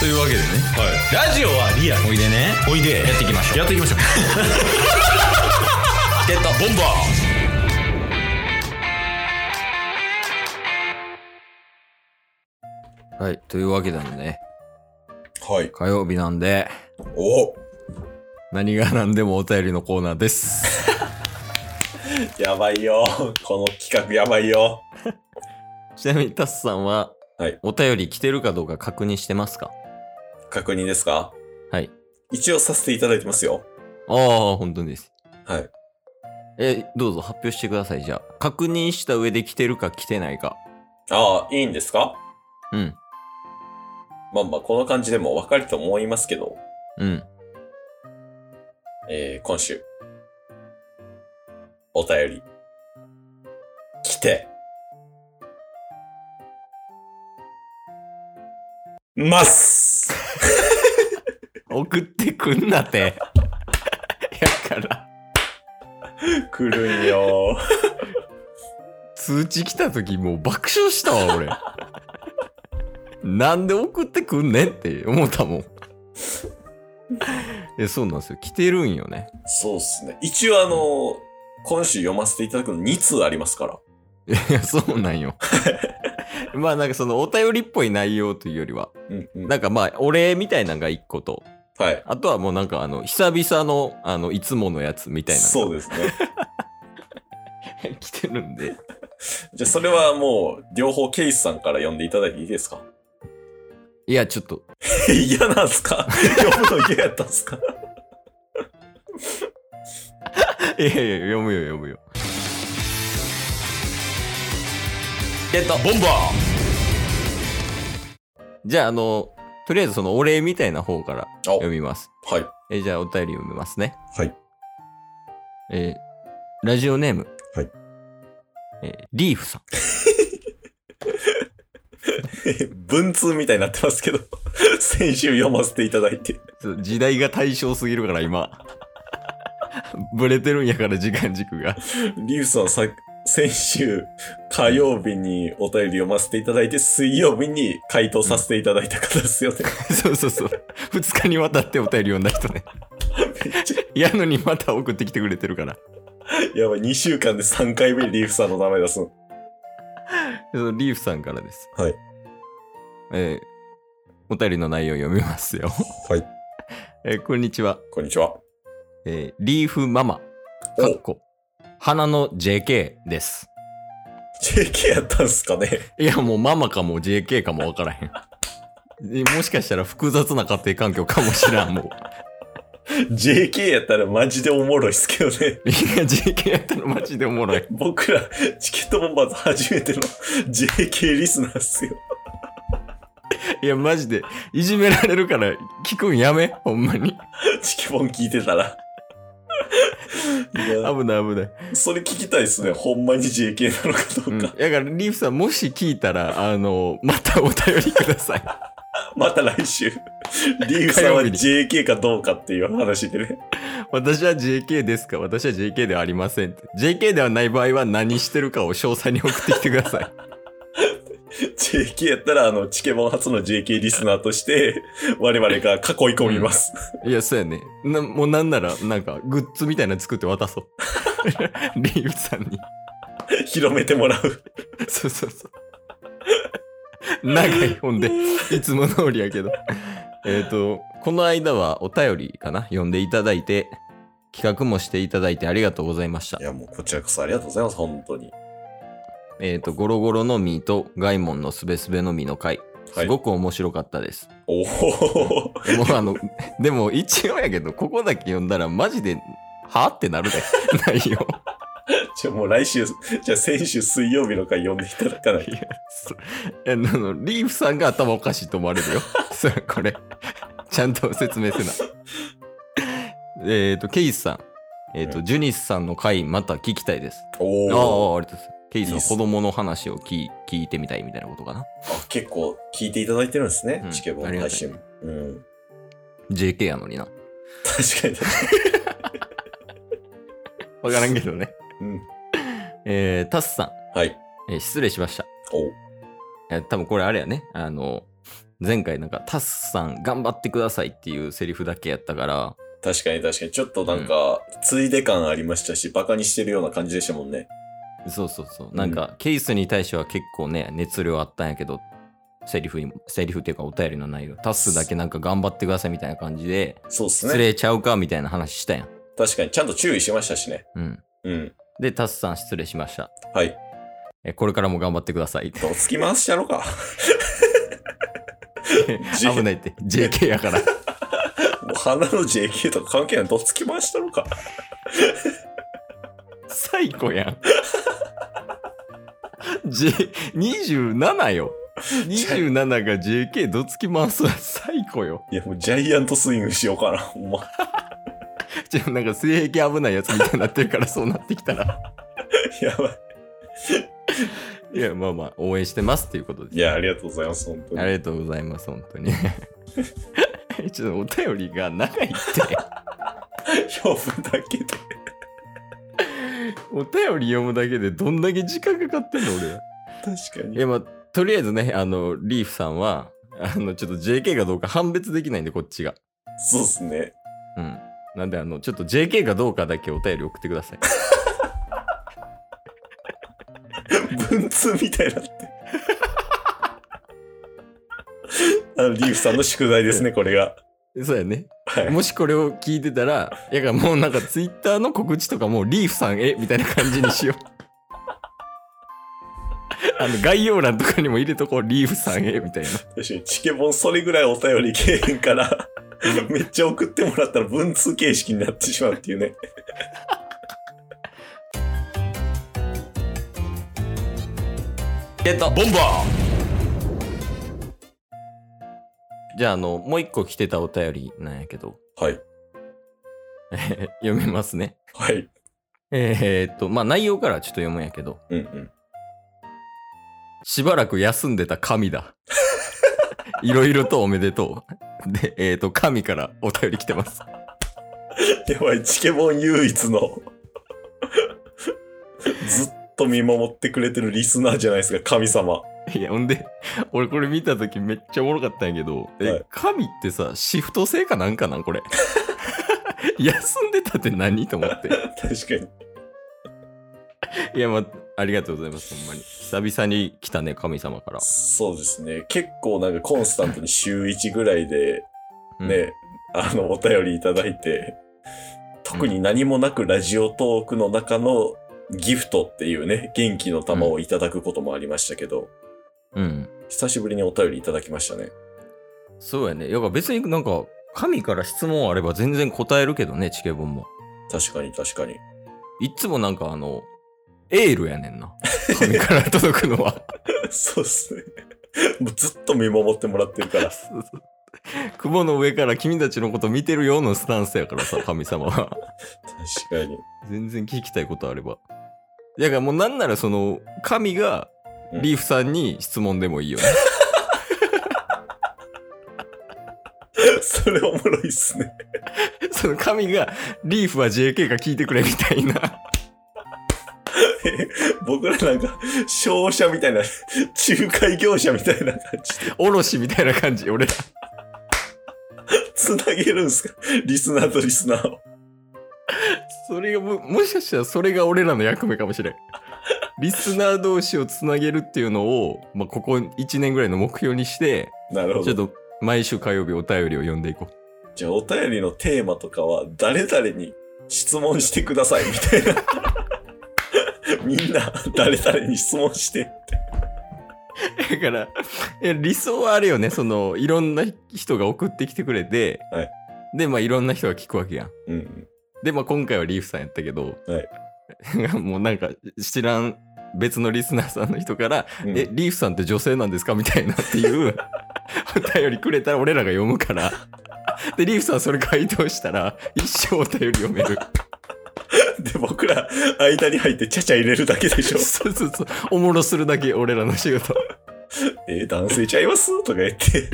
というわけでねはい。ラジオはリアル。おいでねおいで。やっていきましょうやっていきましょう。 ゲットボンバーはいというわけなんでねはい。火曜日なんでお何が何でもお便りのコーナーですやばいよ。この企画やばいよ。ちなみにタスさんは、はいお便り来てるかどうか確認してますか確認ですかはい一応させていただいてますよ。ああ本当ですはい。えどうぞ発表してくださいじゃあ確認した上で来てるか来てないかああ、いいんですかうんまあまあ、この感じでもわかると思いますけど、うんえー、今週。お便り。来て。 ます送ってくんなって やから来るんよ。通知来た時もう爆笑したわ 俺なんで送ってくんねんって思った もんえそうなんですよ来てるんよねそうっすね。一応あの、今週読ませていただくの2通ありますから。いやそうなんよ まあなんかそのお便りっぽい内容というよりはうんうんなんかまあお礼みたいなのが一個とはい。あとはもうなんかあの久々のあのいつものやつみたいなそうですね。う 来てるんでじゃあそれはもう、両方ケイスさんから読んでいただいていいですか いやちょっと嫌なんすか読むの嫌やったんすかいやいや読むよ読むよゲットボンバじゃああのとりあえずそのお礼みたいな方からー読みますおはい。えじゃあお便り読みますね。はい。えーラジオネーム。はい。えーリーフさん。文通みたい になってますけど、 先週読ませていただいて。そう時代が対象すぎるから今。 ブレてるんやから時間軸が。 リュウさんさ、先週火曜日にお便り読ませていただいて、水曜日に回答させていただいた方ですよね。そうそうそう。2日にわたってお便り読んだ人ね。めっちゃやのにまた送ってきてくれてるから。やばい、2週間で3回目にリーフさんの名前出すの。そのリーフさんからです。はい。えーお便りの内容読みますよ。はい。 えーこんにちは。こんにちは。えーリーフママ。かっこ。花の JK です。 JK やったんすかねいや、もうママかも JK かもわからへん。 えもしかしたら複雑な家庭環境かもしらん、もう。 ?JK やったらマジでおもろいっすけどね。 いや、JK やったらマジでおもろい。僕ら、チケットボンバーズ初めての JK リスナーっすよ。いや、マジで、いじめられるから、聞くんやめ、ほんま に。チケボン聞いてたら。いや危ない危ない。それ聞きたいっすね。ほんまに JK なのかうどん。うだか。から、リーフさん、もし聞いたら、あの、またお便りください。また来 週。リーフさんは火曜 JK かどうかっていう話でね。私は JK ですか私は JK ではありませんって。JK ではない場合は何してるかを詳細に送ってきてください。 JK やったら、あの、チケボン初の JK リスナーとして、我々が囲い込みます。いや、そうやね。なもうなんなら、なんか、グッズみたいなの作って渡そう。リーフさんに。 広めてもらう。そうそうそう。長い本で、いつも通りやけど。えっと、この間はお便りかな読んでいただいて、企画もしていただいてありがとうございましたい。や、もうこちらこそありがとうございます、本当に。えっ、と、ゴロゴロの実とガイモンのすべすべの実の回、すごく面白かったです。おお、 もうあの、でも一応やけど、ここだけ読んだらマジで、はってなるで、 内容。 じゃあもう来週、じゃあ先週水曜日の回読んでいただかないいや、そえあの、リーフさんが頭おかしいと思われるよ。 それ、これ。ちゃんと説明せな。 えっと、ケイスさん。えっ、と、うジュニスさんの回、また聞きたいです。と。あおお、あ、ありがとうございます。ケイスの子供の話を聞い聞いてみたいみたいなことかな。あ結構聞いていただいてるんですね、うんチケボンの配信。うん。 JK やのにな。確かに。わからんけどね。うん。 えー、タスさん。はい。えー失礼しました。おうえー多分これあれやね。あの、前回なんか、タスさん頑張ってくださいっていうセリフだけやったから、確かに確かに。ちょっとなんか、ついで感ありましたし、バカにしてるような感じでしたもんね。そうそうそう。なんか、ケースに対しては結構ね、熱量あったんやけど、セリフにも、セリフっていうかお便りの内容、タスだけなんか頑張ってくださいみたいな感じで、そうっす失ね。礼ちゃうかみたいな話したやん。確かに、ちゃんと注意しましたしね。うん。うん。で、タスさん失礼しました。はい。えこれからも頑張ってください って。どつき回しちゃろうか。J- 危ないって。JK やから。もう花の JK とか関係ない。どつき回したろうか。最高やん。J、27よ。27が JK どつき回すは最高よ。いや、もうジャイアントスイングしようかな。 ほんま。ちょ、なんか性癖危ないやつみたいになってるから、そうなってきた ら。やばい。いや、まあまあ、応援してますっていうことです。いや、ありがとうございます。本当に。ありがとうございます、本当に。 ちょっとお便りが長いって。 評分だけで。お便り読むだけでどんだけ時間かかってんの、俺。確かいに。や、まあ、とりあえずね、あの、リーフさんは、あの、ちょっと JK かどうか判別できないんで、こっちが。そうっすね。うん。なんで、あの、ちょっと JK かどうかだけお便り送ってください。文通みたいになって。あの、リーフさんの宿題ですね、これが。 そうやね。はい。もしこれを聞いてたら、いや、もうなんか Twitter の告知とかもうリーフさんへみたいな感じにしよ う。あの、概要欄とかにも入れとこう、リーフさんへみたいな。確かに、チケボンそれぐらいお便りけえへんから、めっちゃ送ってもらったら文通形式になってしまうっていうね。えっと、ボンバじゃあ、あの、もう一個来てたお便りなんやけど、 ーはい。読みますね。はい。えーっと、まあ、内容からちょっと読むんやけど、うんうん。しばらく休んでた神だ。いろいろとおめでとう。で、えっ、と、神からお便り来てます。やばい、チケボン唯一の、ずっと見守ってくれてるリスナーじゃないですか、神様。いや、ほんで、俺これ見たときめっちゃおもろかったんやけど、え、はい神ってさ、シフト制かなんかなんこれ。 休んでたって何と思って。確かに。いや、まあ、ありがとうございます、ほんまに。久々に来たね、神様から。そうですね。結構なんかコンスタントに週1ぐらいでうんね、あの、お便りいただいて、特に何もなくラジオトークの中のギフトっていうね、元気の玉をいただくこともありましたけど、うん。久しぶりにお便りいただきましたね。そうやね。いや、別になんか、神から質問あれば全然答えるけどね、チケボンも。確かに確かに。いっつもなんかあの、エールやねん な。神から届くのは。 そうっすね。もうずっと見守ってもらってるから。雲の上から君たちのこと見てるようなスタンスやからさ、神様は。 確かに。全然聞きたいことあれば。だからもうなんならその、神がうんリーフさんに質問でもい いよね。それおもろいっすね。 その神が、リーフは JK か聞いてくれみたいな。僕らなんか、商社みたいな、仲介業者みたいな感じでおろしみたいな感じ、俺ら。つなげるんすかリスナーとリスナーを。それがも、もしかしたらそれが俺らの役目かもしれん。リスナー同士をつなげるっていうのを、まあ、ここ1年ぐらいの目標にして、なるほちょどっ。と毎週火曜日お便りを読んでいこう。じゃあお便りのテーマとかは誰々に質問してくださいみたいな。 みんな誰々に質問して。だから、え理想はあれよね、その、いろんな人が送ってきてくれて、はいで、まあ、いろんな人が聞くわけやん。うん。で、まあ、今回はリーフさんやったけど、はもうなんか、知らん別のリスナーさんの人から、うんえ、リーフさんって女性なんですかみたいなっていう お便りくれたら俺らが読むから。で、リーフさんそれ回答したら、一生お便り読める。で、僕ら間に入ってちゃちゃ入れるだけで し ょ。そうそうそう。おもろするだけ俺らの仕事。えー男性ちゃいますとか言って。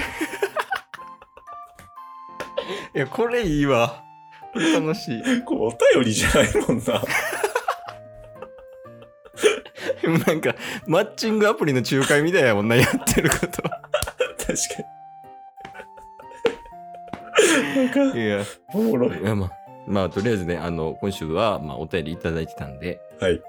いや、これいいわ。これ楽 しい。こうお便りじゃないもんな。でもなんか、マッチングアプリの仲介みたいなもんな、やってること。確か なんか、いや、おもろいい。やまあ、まあ、とりあえずね、あの、今週は、まあ、お便りいただいてたんで、はい。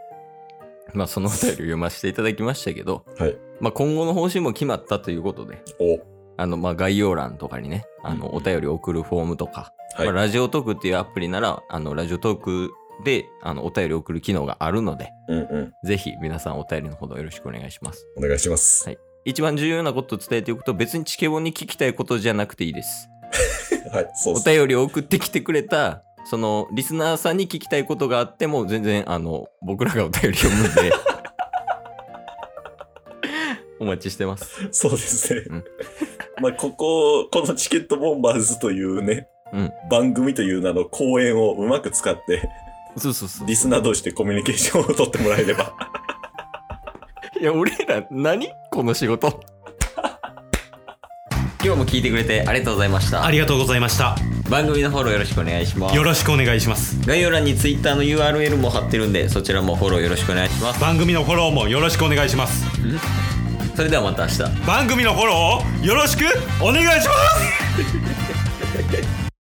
まあ、そのお便りを読ませていただきましたけど、はいまあ、今後の方針も決まったということで、お、あの、まあ、概要欄とかにね、あうんの、お便り送るフォームとか、はい。まあ、ラジオトークっていうアプリなら、あの、ラジオトークで、あの、お便り送る機能があるので、うんうん。ぜひ皆さんお便りのほどよろしくお願いします。お願いします。一番重要なことを伝えておくと、別にチケボンに聞きたいことじゃなくていいです。はい、そうおです。便りを送ってきてくれた、その、リスナーさんに聞きたいことがあっても、全然、あの、僕らがお便り読むん で、お待ちしてます。 そうですね。うんまあ、ここ、このチケットボンバーズというね、うん番組という名の公演をうまく使って、そうそうそう。リスナー同士でコミュニケーションを取ってもらえれば。 いや、俺ら何、この仕事。 今日も聞いてくれてありがとうございましたあ。りがとうございました番組のフォローよろしくお願いしますよ。ろしくお願いします概要欄に Twitter の URL も貼ってるんで、そちらもフォローよろしくお願いします。番組のフォローもよろしくお願いしますそれではまた明日。番組のフォローをよろしくお願いします